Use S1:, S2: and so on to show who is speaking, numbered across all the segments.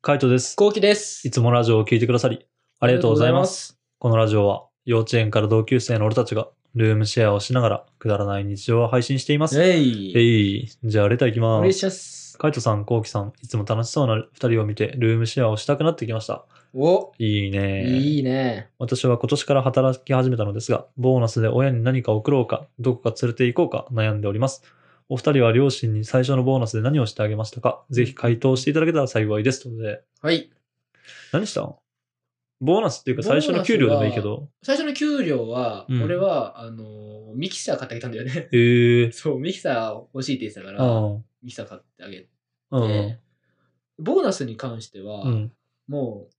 S1: カイトです。
S2: こうきです
S1: い。つもラジオを聞いてくださり、ありがとうございます。
S2: す。
S1: このラジオは、幼稚園から同級生の俺たちが、ルームシェアをしながら、くだらない日常を配信しています。
S2: えい。
S1: えい、じゃあレターいき
S2: お
S1: ま
S2: 願い
S1: す。
S2: します。
S1: カイトさん、コウキさん、いつも楽しそうな二人を見て、ルームシェアをしたくなってきました。
S2: お、
S1: いいね。
S2: いいね。
S1: 私は今年から働き始めたのですが、ボーナスで親に何か送ろうか、どこか連れて行こうか悩んでおります。お二人は両親に最初のボーナスで何をしてあげましたかぜひ回答していただけたら幸いです。ということで、
S2: はい。
S1: 何したのボーナスっていうか最初の給料でもいいけど。
S2: 最初の給料は、
S1: うん。
S2: 俺は、あの、ミキサー買ってあげたんだよね
S1: へえー。
S2: そう、ミキサー欲しいって言ってたか
S1: あ
S2: ら、
S1: あ。
S2: ミキサー買ってあげて、
S1: うん。
S2: ボーナスに関しては、
S1: うん。
S2: もう、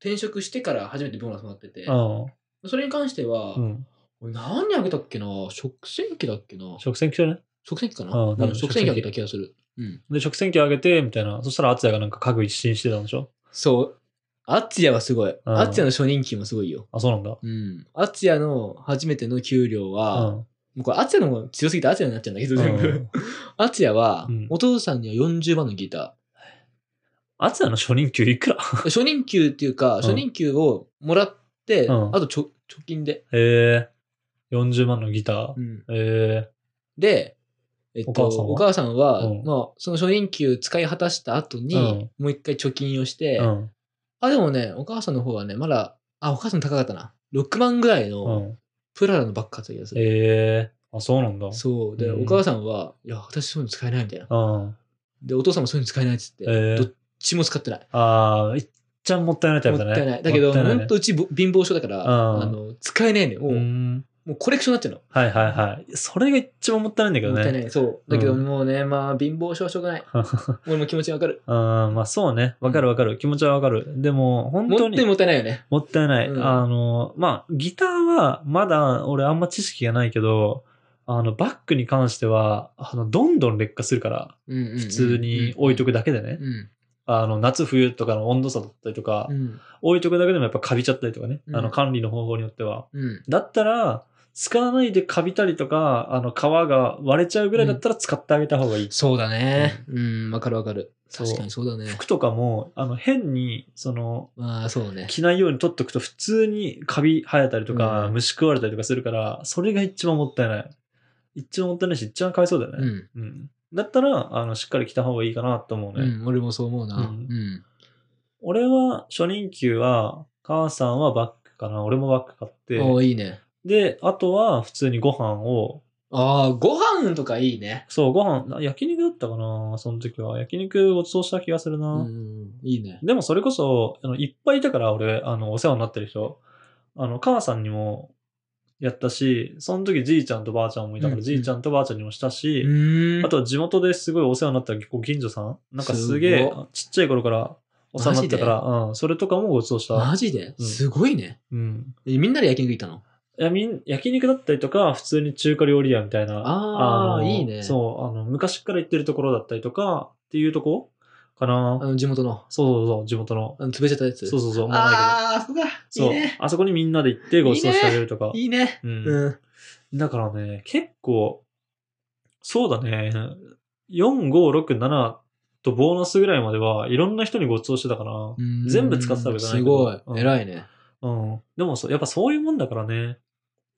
S2: 転職してから初めてボーナスもらってて、
S1: あ
S2: それに関して
S1: あ。
S2: は
S1: う、ん。
S2: 俺何あげたっけな食洗機だっけな
S1: 食洗機じゃね。
S2: 食洗機かな
S1: あ
S2: うん
S1: 多分
S2: 食洗機あげた気がする。うん。
S1: で、食洗機あげて、みたいな。そしたら、敦也がなんか家具一新してたんでしょ
S2: そう。アッツヤはすごい。
S1: うん
S2: アッツヤの初任給もすごいよ。
S1: あ、そうなんだ。
S2: うん。アッツヤの初めての給料
S1: う
S2: は、も
S1: ん。
S2: うこれアッツヤの方が強すぎてアッツヤになっちゃうんだけど、全
S1: う
S2: 部
S1: ん。
S2: アッツヤは
S1: うん、
S2: お父さんには40万のギタ
S1: 敦也の初任給いくら
S2: ー。初任給っていうか、初任給をもらって、
S1: うん
S2: あとちょ貯金で。
S1: へえー。40万のギター。
S2: うん
S1: え
S2: で、えっと、
S1: お母さんは
S2: お母さんは、
S1: うん
S2: まあ、その初任給使い果たした後に、
S1: うん
S2: もう一回貯金をして、
S1: えー。うん。
S2: あ、でもね、お母さんの方はね、まだ、あ、お母さん高かったな。6万ぐらいうの
S1: ん。
S2: プララのばっかというやつ。
S1: ええあ、そうなんだ。
S2: そう。で、
S1: うん
S2: お母さんは、いや、私そういうの使えないみたいな。
S1: うん。
S2: で、お父さんもそういうの使えないっつって、
S1: ええ
S2: どっちも使ってない。
S1: ああ、いっちゃんもったいないタイ
S2: も
S1: プ
S2: っ
S1: だね。
S2: たいない。だけど、
S1: もったいない
S2: ほ
S1: ね
S2: んとうちぼ貧乏症だから、
S1: うん
S2: あの、使えないのよ。も
S1: う
S2: う、
S1: ん。
S2: もうコレクションになっちゃうの。
S1: はいはいはい。それが一番もったいないんだけど
S2: も
S1: ね。
S2: ったいない。そう。だけど、
S1: うん
S2: もうね、まあ、貧乏症はしょうがない。 俺も気持ちわかる。
S1: うん、まあそうね。わかるわかる。気持ちはわかる。でも、本
S2: も
S1: 当
S2: って
S1: に
S2: もったいないよね。
S1: もったいない。
S2: うん
S1: あの、まあ、ギターはまだ俺あんま知識がないけど、あの、バッグに関しては、あの、どんどん劣化するから、
S2: 普
S1: 普通に置いとくだけでね
S2: う。ん。
S1: あの、夏冬とかの温度差だったりとか
S2: う、ん。
S1: 置いとくだけでもやっぱカビちゃったりとかね。
S2: うん
S1: あの、管理の方法によっては。
S2: うん。
S1: だったら、使わないでカビたりとか、あの、皮が割れちゃうぐらいだったら使ってあげた方がいい。
S2: そうだね。うん、わかるわかる。
S1: そう
S2: 確かにそうだね。
S1: 服とかも、あの、変に、その、
S2: まあ、そうね。
S1: 着ないように取っとくと普通にカビ生えたりとか、
S2: うん
S1: 虫食われたりとかするから、それが一番もったいない。一番もったいないし、一番かわいそうだよ
S2: う
S1: ね。
S2: ん。
S1: うん。だったら、あの、しっかり着た方がいいかなと思うね。
S2: うん、俺もそう思うな。
S1: う
S2: うんん。
S1: 俺は、初任給は、母さんはバッグかな。俺もバッグ買って。
S2: おーいいね。
S1: で、あとは普通にご飯を、
S2: ああ、ご飯とかいいね。
S1: そう、ご飯、あ焼肉だったかな、その時は。焼肉ごちそうした気がするな。
S2: うん、いいね。
S1: でもそれこそ、あのいっぱいいたから、俺、あの、お世話になってる人。あの、母さんにもやったし、その時じいちゃんとばあちゃんもいたか
S2: うんう
S1: ら、
S2: ん
S1: じいちゃんとばあちゃんにもしたし、
S2: うん
S1: あとは地元ですごいお世話になったご近所さんなんかすげ
S2: す
S1: え
S2: ご、
S1: ちっちゃい頃からお世話になったから、うん、それとかもごちそうした
S2: マ。ジで、
S1: うん
S2: すごいね。
S1: うん。
S2: えみんなで焼肉行ったの
S1: いやみん焼肉だったりとか、普通に中華料理屋みたいな。
S2: あー
S1: の
S2: いいね
S1: そう、あの、昔から行ってるところだったりとか、っていうとこかな。
S2: あの、地元の。
S1: そうそうそう、地元の。
S2: あの、潰れちゃったやつ。
S1: そうそうそう、もうないけど。
S2: ああ、そうだ。い
S1: そ
S2: いうね。
S1: あそこにみんなで行ってごちそうしてあげるとか。
S2: いいね。
S1: う
S2: うん。
S1: ん。だからね、結構、そうだね、4、5、6、7とボーナスぐらいまではいろんな人にごちそうしてたかな。
S2: うん
S1: 全部使ってたわけじゃない
S2: す
S1: けど
S2: ごい。
S1: うん
S2: 偉いね。
S1: うん。でもそう、やっぱそういうもんだからね。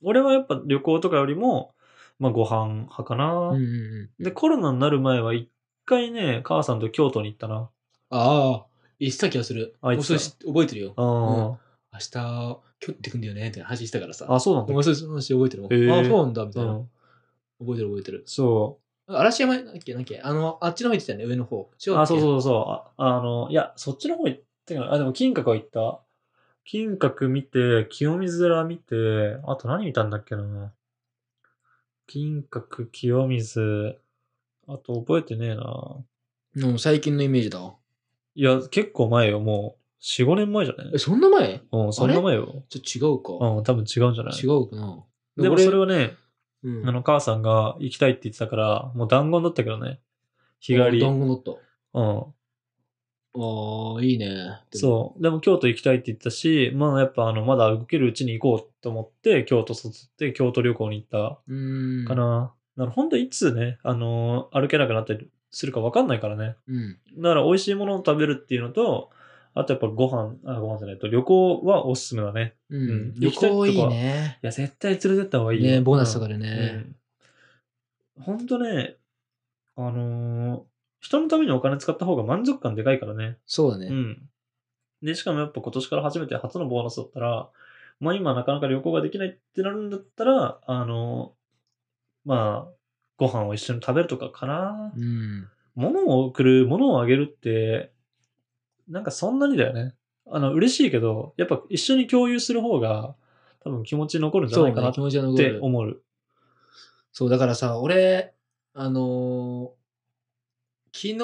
S1: 俺はやっぱ旅行とかよりも、まあご飯派かな。
S2: うんうんうん。
S1: で、コロナになる前は一回ね、母さんと京都に行ったな。
S2: ああ、行ってた気がする。
S1: あ行
S2: も
S1: っ
S2: う
S1: てた
S2: それ知って覚えてるよ。
S1: うん。
S2: 明日、今日ってくんだよね、って話したからさ。
S1: あ、そうなんだ。
S2: もうそれその話覚えてるもん。
S1: へー
S2: ああ、そうなんだ、みたいうな。
S1: ん。
S2: 覚えてる覚えてる。
S1: そう。
S2: 嵐山、なんだっけ、なんだっけ、あの、あっちの方行ってたよね、上の方。違う
S1: あ、そう
S2: う。
S1: そうそう。ああの、いや、そっちの方行ってない。あ、でも金閣は行った。金閣見て、清水寺見て、あと何見たんだっけな。金閣、清水、あと覚えてねえな。
S2: うん、最近のイメージだわ。
S1: いや、結構前よ。もう、4、5年前じゃない
S2: え、そんな前
S1: うん、そんな前よ。
S2: ちょっと違うか。
S1: うん、多分違うんじゃない
S2: 違うかな。
S1: でも
S2: 俺
S1: それはね、
S2: うん
S1: あの、母さんが行きたいって言ってたから、もう弾丸だったけどね。日帰り。う
S2: 団
S1: ん。
S2: 子だった。ああ、いいね。
S1: そう。でも京都行きたいって言ったし、まあやっぱあの、まだ動けるうちに行こうと思って、京都卒って京都旅行に行った
S2: う。うーん。
S1: かな。だから本当いつね、あのー歩けなくなったりするか分かんないからね。
S2: うん。
S1: だから美味しいものを食べるっていうのと、あとやっぱご飯、あ、ご飯じゃないと、旅行はおすすめだね。
S2: うんん。旅行いいね。
S1: いや、絶対連れてった方がいいよ。
S2: ねボーナスと
S1: が
S2: かで
S1: ね
S2: ね。。
S1: ほんとね、あのー人のためにお金使った方が満足感でかいからね。
S2: そうだ
S1: う
S2: ね。
S1: ん。で、しかもやっぱ今年から初めて初のボーナスだったら、まあ今なかなか旅行ができないってなるんだったら、あのーまあ、ご飯を一緒に食べるとかかな。
S2: うん。
S1: 物を送る、物をあげるって、なんかそんなにだよね。あの、嬉しいけど、やっぱ一緒に共有する方が、多分気持ち残るんじゃ
S2: そう
S1: ないかな
S2: ね。
S1: っ
S2: 気持ちが残
S1: て
S2: る。
S1: 思う。
S2: そう、だからさ、俺、あのー昨日、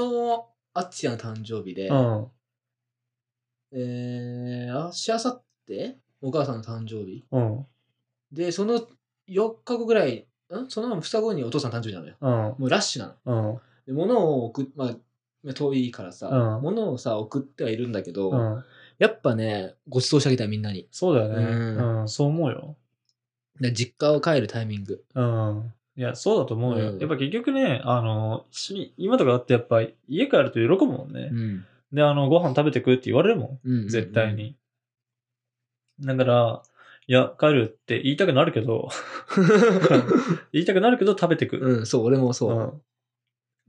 S2: あっちやの誕生日で、
S1: うん。
S2: えー、あしあさってお母さんの誕生日。
S1: うん。
S2: で、その4日後ぐらい、んその2日後にお父さんの誕生日なのよ。
S1: うん。
S2: もうラッシュなの。
S1: うん。
S2: で物を送っ、まあ、遠いからさ、
S1: うん
S2: 物をさ、送ってはいるんだけど、
S1: うん。
S2: やっぱね、ご馳走してあげたいみんなに。
S1: そうだよね。
S2: うん
S1: うん。そう思うよ。
S2: で実家を帰るタイミング。
S1: うん。いや、そうだと思うよ。
S2: うん
S1: やっぱ結局ね、あの、一緒に、今とかだってやっぱ家帰ると喜ぶもんね
S2: う。ん。
S1: で、あの、ご飯食べてくって言われるも
S2: うん
S1: ん。絶対。に。だから、いや、帰るって言いたくなるけ ど、言いたくなるけど食べてく。
S2: うん、そう、俺もそう。
S1: うん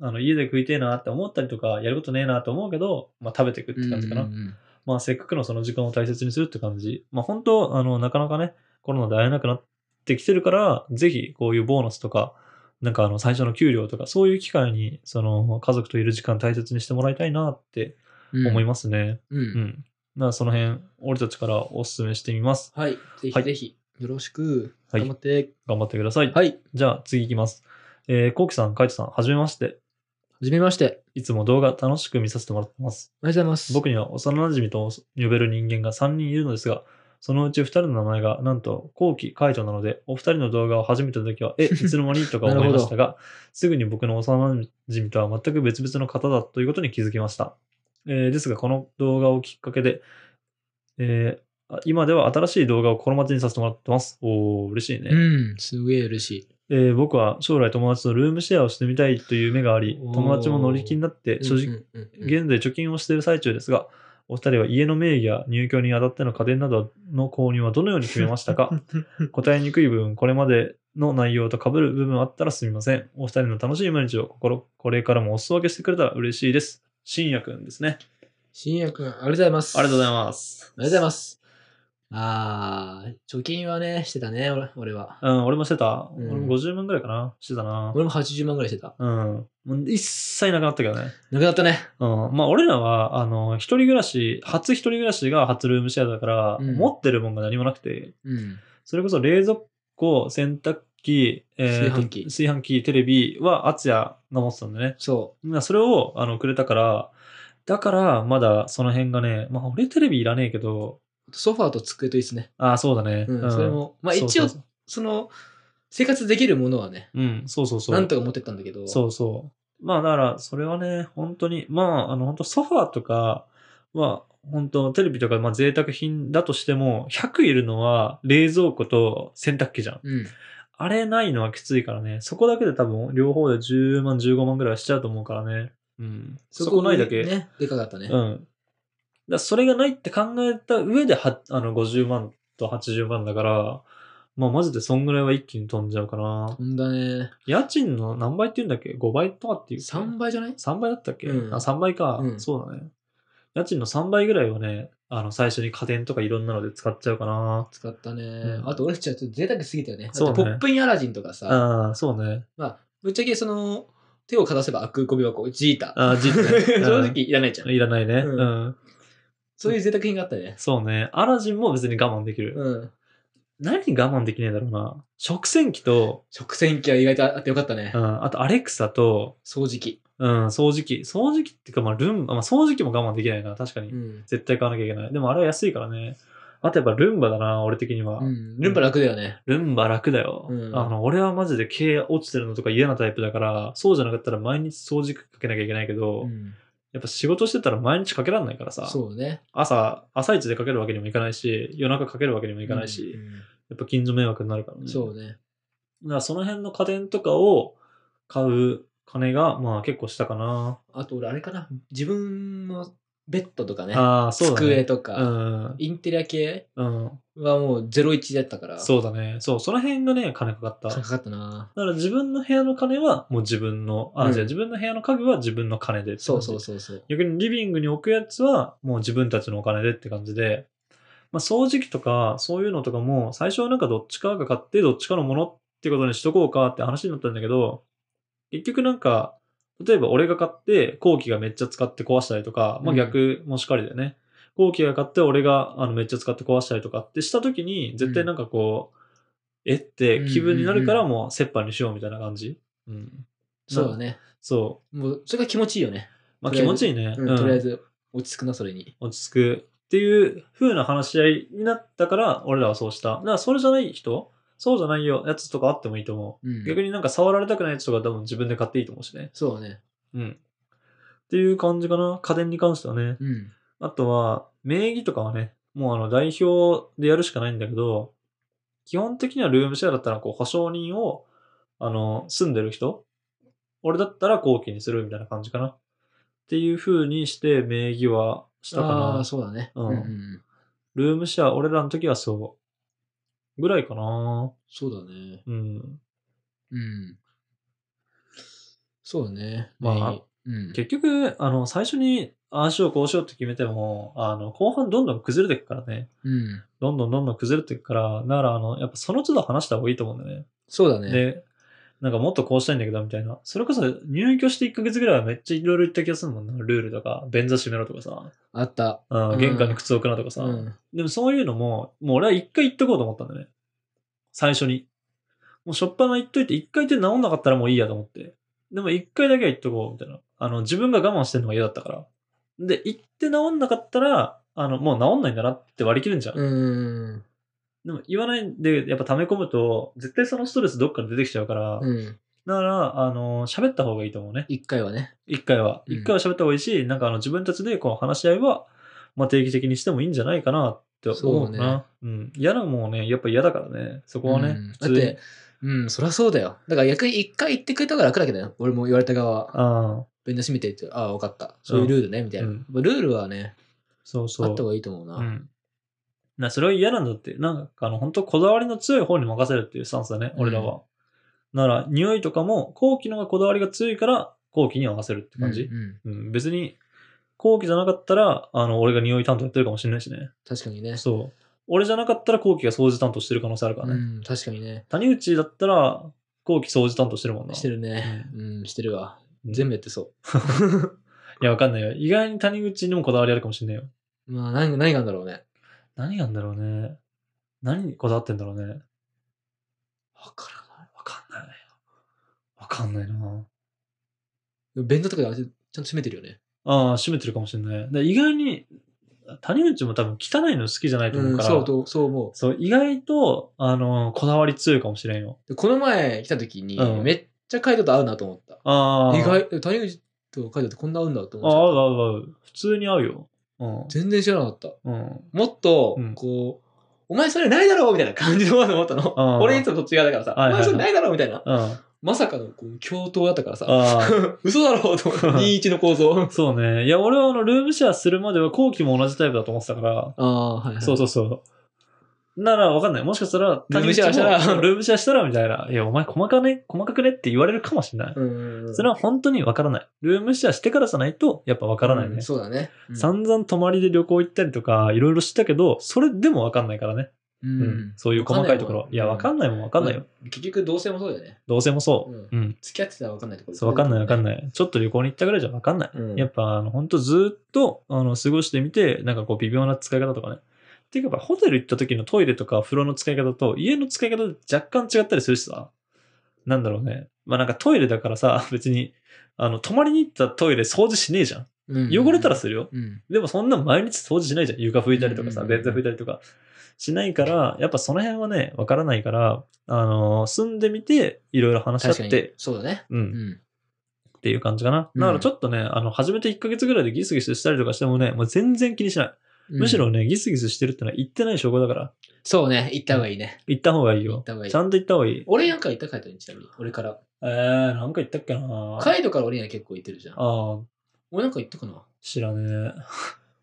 S1: あの家で食いてえなって思ったりとか、やることねえなと思うけど、まあ、食べてくって感じかな。
S2: うんうんうん
S1: まあ、せっかくのその時間を大切にするって感じ。まあ、本当あの、なかなかね、コロナで会えなくなってきてるから、ぜひこういうボーナスとか、なんかあの、最初の給料とか、そういう機会に、その、家族といる時間大切にしてもらいたいなって
S2: うん
S1: 思いますね。
S2: う
S1: うん。
S2: ん。
S1: まあ、その辺、俺たちからお勧めしてみます。
S2: はい。ぜ
S1: は
S2: ひ
S1: い
S2: ぜひ、よろしく。
S1: はい
S2: 頑張って。
S1: 頑張ってください。
S2: はい。
S1: じゃあ、次行きます。えー、こうきさん、かいとさん、はじめまして。
S2: はじめまして。
S1: いつも動画楽しく見させてもらってます。
S2: おはようございます。
S1: 僕には幼馴染と呼べる人間が3人いるのですが、そのうち2人の名前がなんと後期カイトなので、お二人の動画を始めた時 は、え、いつの間にとか思いましたが、すぐに僕の幼馴染とは全く別々の方だということに気づきました。えーですが、この動画をきっかけで、えーあ今では新しい動画を心待ちにさせてもらってます。おー、嬉しいね。
S2: うん、すげえ嬉しい。
S1: えー僕は将来友達とルームシェアをしてみたいという夢があり、
S2: おー
S1: 友達も乗り気になって、正直
S2: うんうんうんうん
S1: 現在貯金をしている最中ですが、お二人は家の名義や入居にあたっての家電などの購入はどのように決めました か答えにくい部分、これまでの内容と被る部分あったらすみません。お二人の楽しい毎日を心、これからもお裾分けしてくれたら嬉しいです。深夜くんですね。
S2: 新薬君、ありがとうございます。
S1: ありがとうござい
S2: ま
S1: ます。
S2: ありがとうございます。あー、貯金はね、してたね、俺俺は。
S1: うん、俺もしてた。
S2: うん
S1: 俺も50万ぐらいかな。してたな。
S2: 俺も80万ぐらいしてた。
S1: うん。もう一切なくなったけどね。
S2: なくなったね。
S1: うん。まあ、俺らは、あの、一人暮らし、初一人暮らしが初ルームシェアだから、
S2: うん
S1: 持ってるもんが何もなくて、
S2: うん。
S1: それこそ冷蔵庫、洗濯機、えーと
S2: 炊飯器
S1: 炊飯器、テレビは敦也が持ってたんでね。
S2: そ
S1: まあそれをあのくれたから、だからまだその辺がね、まあ俺テレビいらねえけど、
S2: う。ソファーと机と椅子ね。
S1: ああ、そうだね。
S2: うん、それも。まあ一
S1: そう
S2: 応
S1: そう、そう
S2: その、生活できるものはね、
S1: うん、そうそうそう。
S2: なんとか持ってったんだけど。
S1: そうそう。まあだから、それはね、本当に、まあ、あの、本当ソファーとかは、本当テレビとか、まあ贅沢品だとしても、100いるのは冷蔵庫と洗濯機じゃん。
S2: うん。
S1: あれないのはきついからね。そこだけで多分、両方で10万、15万ぐらいはしちゃうと思うからね。うん。そこないだけ。
S2: ね、でかかったね。
S1: うん。だからそれがないって考えた上で、はあの、50万と80万だから、まあ、マジでそんぐらいは一気に飛んじゃうかな。
S2: ほんだね。
S1: 家賃の何倍って言うんだっけ ?5 倍とかっていう。
S2: 3倍じゃない
S1: 3倍だったっけ、
S2: うん
S1: あ、3倍か、
S2: うん
S1: そうだね。家賃の3倍ぐらいはね、あの、最初に家電とかいろんなので使っちゃうかな。
S2: 使ったね。
S1: うん
S2: あと俺たちはちょっと贅沢すぎたよね。
S1: そう
S2: だ
S1: ね
S2: ってポップインアラジンとかさ、
S1: ああ、そうね。
S2: まあ、ぶっちゃけその、手をかざせば空ゴミ箱、ジータ。
S1: あー ジータね
S2: 正直いらないじゃん。
S1: いらないね。
S2: うん
S1: うん
S2: そういう贅沢品があったね。
S1: そうね。アラジンも別に我慢できる。
S2: うん。
S1: 何我慢できねえだろうな。食洗機と、
S2: 食洗機は意外とあってよかったね
S1: う。ん、あとアレクサと、
S2: 掃除機。
S1: うん、掃除機。掃除機っていうか、まあ、ルンバ、まあ、掃除機も我慢できないな、確かに。
S2: うん。
S1: 絶対買わなきゃいけない。でもあれは安いからね。あとやっぱルンバだな、俺的には。
S2: うん。ルンバ楽だよね。
S1: ルンバ楽だよ、
S2: うん
S1: あの、俺はマジで毛落ちてるのとか嫌なタイプだから、そうじゃなかったら毎日掃除機かけなきゃいけないけど、
S2: うん
S1: やっぱ仕事してたら毎日かけられないからさ、
S2: そうね。
S1: 朝、朝一でかけるわけにもいかないし、夜中かけるわけにもいかないし、
S2: うん
S1: やっぱ近所迷惑になるから
S2: う
S1: ね。
S2: んそうね。
S1: だからその辺の家電とかを買う金が、まあ結構したかな。
S2: あと俺あれかな自分のベッドとかね
S1: ああ、そうだね。
S2: 机と
S1: う
S2: か、
S1: ん。
S2: インテリア系
S1: うん。
S2: はもう01だったから
S1: そうだね。そう、その辺がね、金かかった。
S2: 金
S1: だか
S2: かかったな
S1: ら自分の部屋の金はもう自分の、あ、
S2: うん
S1: じゃあ自分の部屋の家具は自分の金でって感じ。
S2: そうそうそうそう
S1: 逆にリビングに置くやつはもう自分たちのお金でって感じで、まあ、掃除機とかそういうのとかも最初はなんかどっちかが買ってどっちかのものってことにしとこうかって話になったんだけど結局なんか例えば俺が買って後期がめっちゃ使って壊したりとか、まあ、
S2: うん
S1: 逆もしかりだよね、後期が買って俺があのめっちゃ使って壊したりとかってした時に絶対なんかこう、えって気分になるからもう折半にしようみたいな感じ、うん、
S2: そうだね
S1: そ
S2: もうそれが気持ちいいよね、
S1: う、まあ、
S2: とり
S1: 気
S2: あ
S1: 持
S2: えず
S1: ちいいね、
S2: うん
S1: うん
S2: とりあえず落ち着くなそれに
S1: 落ち着くっていう風な話し合いになったから、俺らはそうした。だからそれじゃない人そうじゃないよ、やつとかあってもいいと思う。
S2: うん
S1: 逆になんか触られたくないやつとか多分自分で買っていいと思うしね。
S2: そうだね
S1: うん。っていう感じかな。家電に関してはね。
S2: うん
S1: あとは、名義とかはね、もうあの代表でやるしかないんだけど、基本的にはルームシェアだったら、こう、保証人を、あの、住んでる人俺だったら後期にするみたいな感じかな。っていう風にして名義はしたかな。
S2: ああそうだね
S1: うん
S2: うんうん、
S1: ルームシェア、俺らの時はそう。ぐらいかな
S2: そうだね
S1: うん。
S2: うんそうだね
S1: まあ
S2: ねうん
S1: 結局、あの、最初に、ああしようこうしようって決めても、あの、後半どんどん崩れていくからね。
S2: うん
S1: どんどんどんどん崩れていくから、だから、あの、やっぱその都度話した方がいいと思うんだよね。
S2: そうだね
S1: で、なんかもっとこうしたいんだけど、みたいな。それこそ、入居して1ヶ月ぐらいはめっちゃいろいろ言った気がするもんな。ルールとか、便座閉めろとかさ、
S2: あった
S1: うん、玄関に靴置くなとかさ。
S2: うん
S1: でもそういうのも、もう俺は一回言っとこうと思ったんだよね。最初に。もうしょっぱな言っといて、一回言って治んなかったらもういいやと思って。でも一回だけは言っとこう、みたいな。あの、自分が我慢してるのが嫌だったから。で、言って治んなかったら、あの、もう治んないんだなって割り切るんじゃん。
S2: うん
S1: でも言わないで、やっぱ溜め込むと、絶対そのストレスどっかで出てきちゃうから、
S2: うん
S1: だから、あの、喋った方がいいと思うね。
S2: 一回はね
S1: 一回は。
S2: うん
S1: 一回は喋った方がいいし、なんかあの自分たちでこう話し合いは、まあ、定期的にしてもいいんじゃないかなって思う
S2: そうだ
S1: な。うん。嫌なもんね、やっぱ嫌だからね。そこはね。
S2: うん
S1: 普
S2: だ
S1: 通
S2: っ
S1: に
S2: て、うん、そりゃそうだよ。だから逆に一回言ってくれたから楽だけどね。俺も言われた側は、
S1: ああ、
S2: 弁護士見てって、ああ、分かった。そういうルールね、みたいな。
S1: うん
S2: やっぱルールはね、
S1: そうそ
S2: あ
S1: う。
S2: った方がいいと思うな。
S1: うん。なそれは嫌なんだって。なんか、あの、本当こだわりの強い方に任せるっていうスタンスだね、俺らは。なら、匂いとかも、後期の方がこだわりが強いから、後期に任せるって感じ。
S2: うんうん
S1: うん、別に、後期じゃなかったら、あの、俺が匂い担当やってるかもしれないしね。
S2: 確かにね。
S1: そう。俺じゃなかったら後期が掃除担当してる可能性あるからね。
S2: うん、確かにね。
S1: 谷内だったら後期掃除担当してるもんな。
S2: してるね。うん、してるわ。
S1: うん
S2: 全部やってそ
S1: いや、わかんないよ。意外に谷口にもこだわりあるかもしんないよ。
S2: う。まあ、何何があるんだろうね。
S1: 何なんだろうね。何にこだわってんだろうね。
S2: わからない。
S1: わかんない。わかんないな。
S2: でも便座とかであれちゃんと閉めてるよね。
S1: ああ、閉めてるかもしんない。で意外に、谷口も多分汚いの好きじゃないと思う
S2: うん、
S1: から。
S2: そうと、そう思う
S1: そう意外と、あのこだわり強いかもしれんよ。
S2: で。この前来た時に、
S1: うん
S2: めっちゃカイトと合うなと思った。
S1: ああ。
S2: 意外、谷口とカイトってこんな合うんだと
S1: ああ、合
S2: 思っ
S1: う合う合う。普通に合うよ。うん
S2: て。全然知らなかった。。
S1: うん。
S2: もっと
S1: うん、
S2: こう、お前それないだろうみたいな感じのもの思った
S1: あー
S2: の。俺いつもそっち側だからさ、
S1: はいはいはい
S2: お前それないだろうみたいな。
S1: うん。あ
S2: まさかのこう共闘だったからさ、
S1: あ。
S2: 嘘だろうと思って、21 の構造。
S1: そうね。いや、俺はあの、ルームシェアするまでは後期も同じタイプだと思ってたから、
S2: ああ、はい、はい。
S1: そうそうそう。なら、わかんない。もしかしたら、
S2: ルームシェアしたら
S1: 谷口もそうルームシェアしたら、みたいな。いや、お前、細かね、細かくねって言われるかもしれない。
S2: うん。うん
S1: それは本当にわからない。ルームシェアしてからじゃないと、やっぱわからないね。
S2: うんそうだね。うん
S1: 散々泊まりで旅行行ったりとか、いろいろしたけど、それでもわかんないからね。
S2: う
S1: うんん。そういう細かいところ。いや、わかんないもん、わかんないよ。
S2: 結局、同性もそうだよね。
S1: どうせもそう。うん。
S2: 付き合ってたらわかんないところ。
S1: そう、わかんないわかん
S2: い。
S1: ない。ちょっと旅行に行ったぐらいじゃわかんない。
S2: うん
S1: やっぱ、あの、ほんとずっと、あの、過ごしてみて、なんかこう、微妙な使い方とかね。っていうか、やっぱホテル行った時のトイレとか風呂の使い方と、家の使い方で若干違ったりするしさ。なんだろうね。まあなんかトイレだからさ、別に、あの、泊まりに行ったトイレ掃除しねえじゃん。
S2: うん
S1: 汚れたらするよ。
S2: うん。
S1: でもそんな毎日掃除しないじゃん。床拭いたりとかさ、
S2: うんうんう
S1: 便
S2: ん
S1: 座拭いたりとかしないから、やっぱその辺はね、わからないから、あの、住んでみて、いろいろ話し
S2: 確か
S1: 合っ
S2: に
S1: て。、
S2: そうだね。
S1: うん
S2: う。ん。
S1: っていう感じかな。
S2: うん
S1: だからちょっとね、あの、初めて1ヶ月ぐらいでギスギスしたりとかしてもね、もう全然気にしない。むしろね、ギスギスしてるってのは言ってない証拠だから、
S2: そうね、行った方がいいね。
S1: 言った方がいい
S2: 行
S1: よ
S2: っ。た方がいい
S1: ちゃんと言った方がいい。
S2: 俺なんか行ったカイトにちなみに、俺から。
S1: えー、なんか言ったっけな
S2: カイドから俺には結構言ってるじゃ
S1: あ
S2: ん。
S1: あ、
S2: 俺なんか言ったかな
S1: 知らね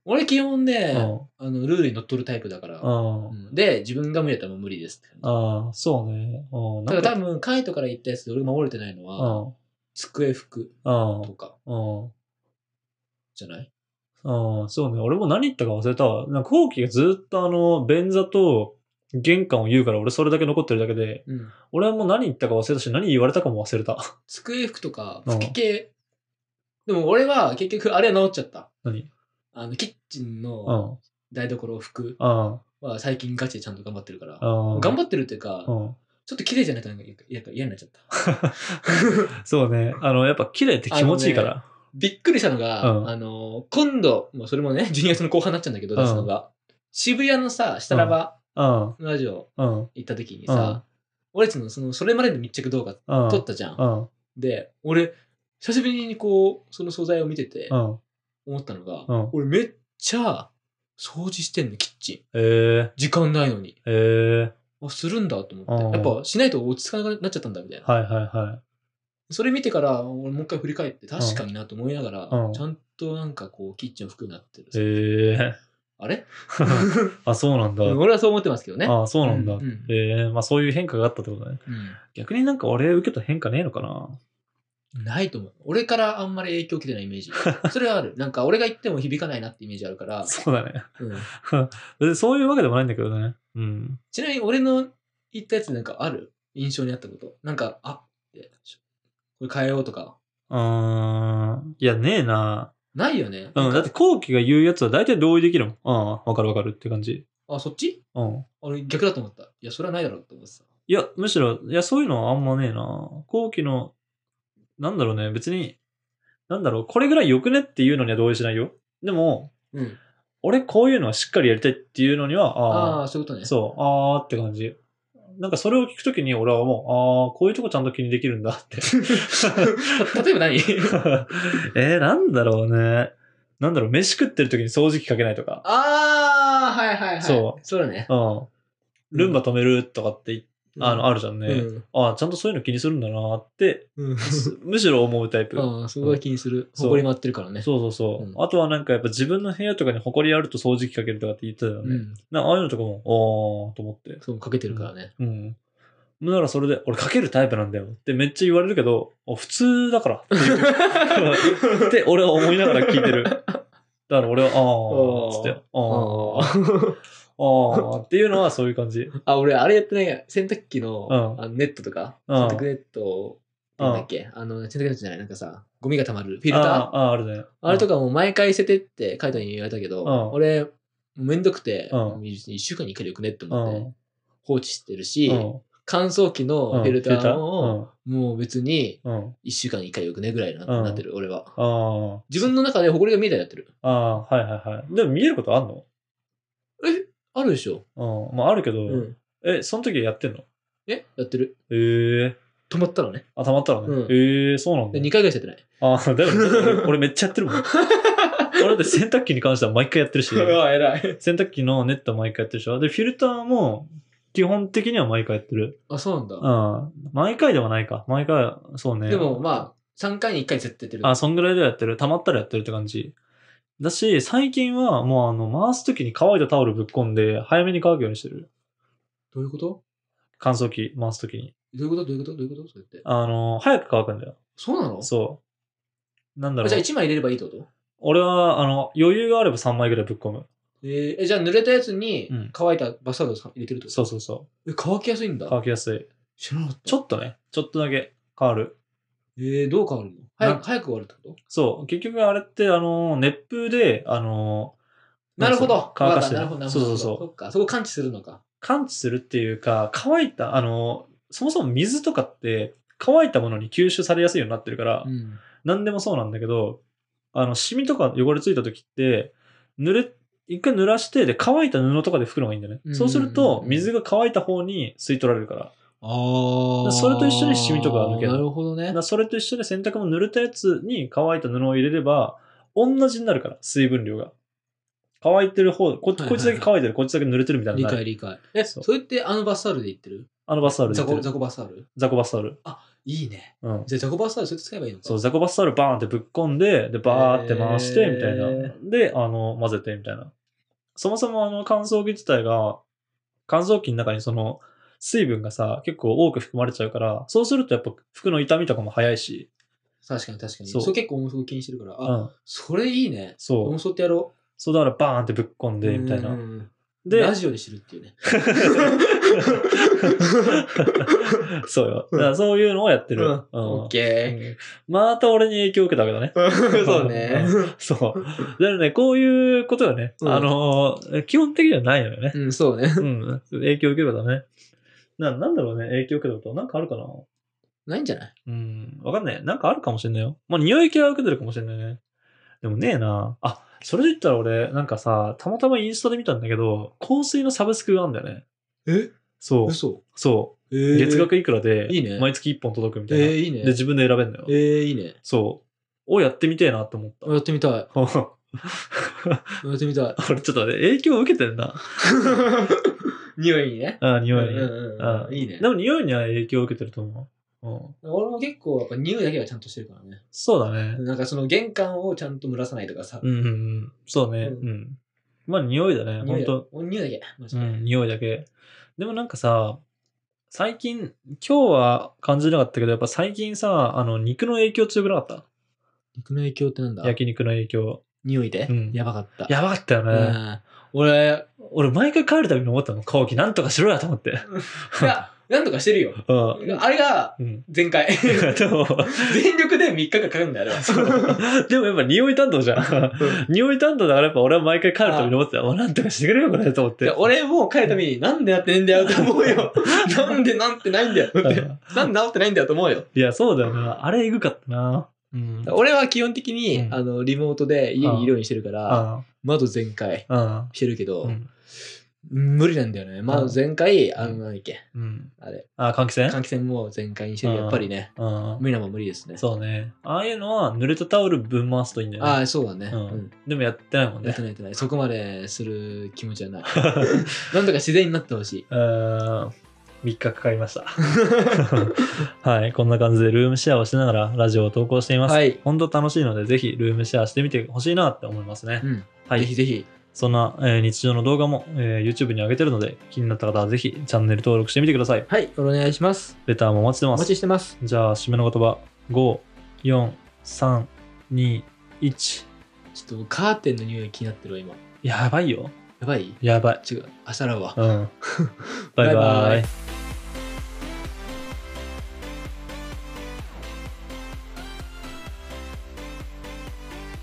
S2: 俺基本
S1: え。
S2: ね、
S1: うん。
S2: あの、ルールに乗っ取るタイプだから。
S1: うん。
S2: うんで、自分が無理だったらもう無理ですって感
S1: ああ、そうね。うん。
S2: じ。
S1: な
S2: だ
S1: ん
S2: か
S1: か、
S2: ら多分、カイトから言ったやつで俺が守れてないの
S1: う
S2: は、
S1: ん。
S2: 机服
S1: うん。
S2: とか
S1: うん。
S2: じゃない
S1: うん。そうね。俺も何言ったか忘れたわ。なんか、後期がずっとあの、便座と玄関を言うから、俺それだけ残ってるだけで、
S2: うん。
S1: 俺はもう何言ったか忘れたし、何言われたかも忘れた。
S2: 机服とか、
S1: うん
S2: 拭き系。でも俺は結局、あれは直っちゃった。
S1: 何
S2: あの、キッチン
S1: う
S2: の
S1: ん。
S2: 台所を拭く
S1: うん。
S2: は最近ガチでちゃんと頑張ってるから。
S1: うん。
S2: 頑張ってるっていうか、
S1: うん。
S2: ちょっと綺麗じゃないとなんか嫌か嫌になっちゃった。
S1: そうね。あの、やっぱ綺麗って気持ちいいから。
S2: びっくりしたのが、
S1: うん
S2: あの、今度、もうそれもね、12月の 後半になっちゃうんだけど、出すのが、渋谷のさ、下ラバ
S1: うん。
S2: ラジオ
S1: うん。
S2: 行った時にさ、俺たちのその、それまでの密着動画
S1: うん。
S2: 撮ったじゃん。
S1: うん。
S2: で、俺、久しぶりにこう、その素材を見てて
S1: う、ん。
S2: 思ったのが、
S1: うん
S2: 俺めっちゃ掃除してんの、キッチン。
S1: ええ
S2: 時間ないのに。
S1: ええ
S2: あ、するんだと思
S1: うん
S2: って。やっぱしないと落ち着かなくなっちゃったんだ、みたいな。
S1: はいはいはい。
S2: それ見てから、俺もう一回振り返って、確かになと思いながら、
S1: うん
S2: ちゃんとなんかこう、キッチンを服になってるさ。
S1: ええ
S2: あれ
S1: あ、そうなんだ。
S2: 俺はそう思ってますけどね。
S1: ああ、そうなんだ。
S2: うんうん
S1: ええまあそういう変化があったってことだね。逆になんか俺受けた変化ねえのかな
S2: うんないと思う。俺からあんまり影響受けてないイメ ージ。それはある。なんか俺が言っても響かないなってイメージあるから。
S1: そうだね。
S2: うん
S1: 別にそういうわけでもないんだけどね。うん。
S2: ちなみに俺の言ったやつなんかある印象にあったこと。なんか、あって、これ変えようとか。
S1: うーん。いや、ねえな。
S2: ないよね。
S1: うん。だって、後期が言うやつは大体同意できるもん。ああ、わかるわかるって感じ。
S2: あ、そっち
S1: うん。
S2: 俺逆だと思った。いや、それはないだろうと思ってた。
S1: いや、むしろ、いや、そういうのはあんまねえな。後期の、なんだろうね、別に、なんだろう、これぐらいよくねっていうのには同意しないよ。でも、
S2: うん。
S1: 俺こういうのはしっかりやりたいっていうのには、ああ
S2: ああー、そういうことね。
S1: そう、あーって感じ。なんかそれを聞くときに俺はもう、あー、こういうとこちゃんと気にできるんだ って。
S2: た例え ば何
S1: えー、なんだろうね。なんだろう、飯食ってるときに掃除機かけないとか。
S2: ああ、はいはいはい。。
S1: そう
S2: そうだね。
S1: うん。ルンバ止めるとかって、あの、あるじゃんね。
S2: うん。
S1: あーちゃんとそういうの気にするんだなーって、
S2: うん。
S1: むしろ思うタイプ。
S2: ああ、そこが気にする。
S1: そう
S2: 誇り回ってるからね。
S1: そうそうそう、
S2: うん
S1: あとはなんかやっぱ自分の部屋とかに埃あると掃除機かけるとかって言ってたよね。
S2: うん。
S1: なああいうのとかも、おーと思って。
S2: そう、かけてるからね。
S1: うん。ならそれで、俺かけるタイプなんだよってめっちゃ言われるけど、あ普通だからっていうって俺は思いながら聞いて る。だから俺は、あーっつって、あー、あーっていうのはそういう感じ。
S2: あ、俺、あれやってないや。洗濯機の,、
S1: うん
S2: あのネットとか、
S1: うん
S2: 洗濯ネットを、
S1: うん
S2: なんだっけ、あの、洗濯ネットじゃない、なんかさ、ゴミが溜まるフィルター。
S1: あ
S2: あ
S1: ーあー、あるね。
S2: れとかも毎回捨ててって、カイトに言われたけど、
S1: うん
S2: 俺、めんどくて、
S1: うん
S2: 1週間に1回でよくねって
S1: う
S2: 思って、
S1: ん。
S2: 放置してるし、
S1: うん
S2: 乾燥機
S1: う
S2: の
S1: ん
S2: フィルターも、もう別に、
S1: うん。うん
S2: 1週間に1回よくねぐらいな,、
S1: うん
S2: なってる、俺は。
S1: あー
S2: 自分の中で埃が見えたりやってる。
S1: あー、はいはいはい。でも見えることあんの
S2: あるでしょ。
S1: うん。まああるけど、
S2: うん。
S1: え、その時やってんの
S2: えやってる。
S1: ええー。
S2: 止まったらね。
S1: あ、たまったらね。
S2: うん
S1: ええー、そうなんだ
S2: で、。2回ぐらいして てない。
S1: ああ、だよね。俺俺めっちゃやってる もん。俺だって洗濯機に関しては毎回やってるし。
S2: わ、偉い。
S1: 洗濯機のネット毎回やってるでしょで、フィルターも基本的には毎回やってる。
S2: あ、そうなんだ。
S1: うん。毎回ではないか。毎回、そうね。
S2: でも、まあ、3回に1回絶対出てる。
S1: あ、そんぐらいではやってる。溜まったらやってるって感じ。だし、最近はもうあの、回すときに乾いたタオルぶっ込んで、早めに乾くようにしてる。
S2: どういうこと
S1: 乾燥機回すときに。
S2: どういうことどういうことどういうことそれって。
S1: あの、早く乾くんだよ。
S2: そうなの
S1: そう。なんだろ
S2: あじゃあ
S1: う。
S2: 1枚入れればいいってこと
S1: 俺は、あの、余裕があれば3枚ぐらいぶっ込む。
S2: えーえ、じゃあ濡れたやつに
S1: うん
S2: 乾いたバスタードを入れてるってこと
S1: そうそうそ
S2: え、乾きやすいん
S1: う。
S2: だ
S1: 乾。きやすい。
S2: 知らなかった。
S1: ちょっとね、ちょっとだけ変わる。
S2: えー、どう変わるの早く早く終わるってこと
S1: そう、結局あれって、あの、熱風で、あの、
S2: なる
S1: な
S2: ほ
S1: んつう
S2: ど
S1: の。乾かして
S2: わ
S1: る
S2: ったなるほ
S1: そ
S2: ど、なるほ
S1: う
S2: ど。
S1: そう
S2: そ
S1: そう。
S2: っか、そこ感知するのか。
S1: 感知するっていうか、乾いた、あの、そもそも水とかって、乾いたものに吸収されやすいようになってるから、
S2: うん。
S1: 何でもそうなんだけど、あの、シミとか汚れついた時って、濡れ、一回濡らして、で、乾いた布とかで拭くのがいいんだよね。
S2: うん
S1: そうすると、水が乾いた方に吸い取られるから。
S2: あ
S1: ーそれと一緒にシミとかが抜ける
S2: なるほどね
S1: だか。らそれと一緒で洗濯物濡れたやつに乾いた布を入れれば、同じになるから、水分量が。乾いてる方、こ
S2: はいはい
S1: こいつだけ乾いてる、こいつだけ濡れてるみたいな
S2: 理
S1: のない。
S2: 解理解。え、
S1: そ
S2: そうれってあのバスタールで言ってる
S1: あのバスタオルで
S2: ザ
S1: 言ってる。
S2: コザコバスタール
S1: ザコバスタオル。
S2: あ、いいね。
S1: うん。
S2: じゃあ、ジャコバスタールそれ使えばいいのか
S1: そう、ザコバスタオルバーンってぶっ込んで、で、バーって回して、
S2: へー
S1: みたいな。で、あの、混ぜて、みたいな。そもそもあの、乾燥機自体が、乾燥機の中にその、水分がさ、結構多く含まれちゃうから、そうするとやっぱ服の傷みとかも早いし、
S2: 確かに確かに。
S1: そ
S2: そうう結構重そう気にしてるから。
S1: う
S2: あ、
S1: ん。
S2: それいいね。
S1: そ
S2: 重
S1: う。
S2: そうってやろ
S1: そうだからバーンってぶっ込ん
S2: う。
S1: で、みたいな
S2: うん。うんうん。
S1: で
S2: ラ、ジオにしてるって いうね。
S1: そうよ。だからそういうのをやってる。
S2: うんオッ
S1: うん
S2: ケ
S1: また俺に影響を受けたわけだね。
S2: ー。 そうね。
S1: そう。だからね、こういうことがね、
S2: うん
S1: あのー基本的にはないのよ ね。
S2: うん、そうね。
S1: うん。影響を受けることはね。な、なんだろうね、影響を受けたこと。なんかあるかな
S2: ないんじゃない
S1: うん。わかんない。なんかあるかもしれないよ。まあ、匂い系は受けてるかもしれないね。でもねえな。あ、それで言ったら俺、なんかさ、たまたまインスタで見たんだけど、香水のサブスクがあるんだよね。
S2: え
S1: そう。
S2: 嘘
S1: そ
S2: え
S1: う。
S2: ー
S1: 月額いくらで、
S2: いいね
S1: 毎月1本届くみた
S2: え
S1: いな。
S2: ー、いいね。
S1: で、自分で選べるのよ。
S2: えー、いいね。
S1: そう。をやってみてえなと思っ
S2: あやってみたい。や
S1: た。
S2: ってみ たい。
S1: 俺ちょっとね、影響を受けてんな。
S2: 匂いにね。
S1: あ匂いに。
S2: うんうんうん
S1: う
S2: うんん。いいね。
S1: でも匂いには影響を受けてると思う。うん。
S2: 俺も結構やっぱ匂いだけはちゃんとしてるからね。
S1: そうだね。
S2: なんかその玄関をちゃんと蒸らさないとかさ。
S1: うんうんうん。そうね。う。
S2: うん
S1: まあ匂いだね。
S2: 匂
S1: 本
S2: い
S1: 当
S2: お匂いだけ。マジ
S1: う
S2: で
S1: ん、匂いだけ。でもなんかさ、最近、今日は感じなかったけど、やっぱ最近さ、あの、肉の影響強くなかっ
S2: 肉の影響ってなんだ
S1: た焼肉の影響。
S2: 匂いで、
S1: うん
S2: やばかった。
S1: やばかったよ
S2: う
S1: ね。
S2: ん、俺、
S1: 俺、毎回帰るたびに思ったの。後期なんとかしろやと思って。
S2: いや、なんとかしてるよ。
S1: うん。
S2: あれが
S1: うん。
S2: 全開。
S1: でも、
S2: 全力で3日間かかるんだよ、あれは。
S1: でもやっぱ匂い担当じゃん。 匂い担当だからやっぱ俺は毎回帰るたびに思ってた。おなんとかしてくれよ、これ、と思っ
S2: で
S1: て。
S2: 俺もう帰るたびに、なんでやってねえんだよって思うよ。なんでなんてないんだよって。
S1: うん
S2: なんで治ってないんだよと思うよ。
S1: いや、そうだよな。あれ、えぐかったな。うん
S2: 俺は基本的に、
S1: うん
S2: あのリモートで家にいるようにしてるから、窓全開
S1: うん。
S2: してるけど、
S1: うん。
S2: 無理なんだよね。窓全開、あの、何だっけ、
S1: うん。
S2: あれ、
S1: あ、換気扇
S2: 換気扇も全開にしてる。やっぱりね、
S1: うん。
S2: 無理なもん無理ですね。
S1: そうね。ああいうのは濡れたタオルぶん回すといいんだよね。
S2: ああ、そうだね。
S1: う
S2: うんん
S1: でもやってないもん
S2: や
S1: ね
S2: っ。てないや ってない。そこまでする気持ちはない。なんとか自然になってほしい。
S1: うーん。3日かかりま した。はい。こんな感じでルームシェアをしながらラジオを投稿しています。
S2: はい。
S1: 本当楽しいので、ぜひルームシェアしてみてほしいなって思いますね
S2: う。ん。
S1: は
S2: ぜひ
S1: い。
S2: ぜひ。
S1: そんな、えー日常の動画も、えー YouTube に上げてるので、気になった方はぜひチャンネル登録してみてください。
S2: はい。お願いします。
S1: レターもお待ちして
S2: お
S1: ます
S2: 待。ちしてます。
S1: じゃあ、締めの言葉。5、4、3、2、1。
S2: ちょっとカーテンの匂い気になってるわ、今。
S1: やばいよ。
S2: やばい
S1: やばい。
S2: 違う。あ、さらうわ。
S1: うん。バイバ
S2: バイバ
S1: イ
S2: イ。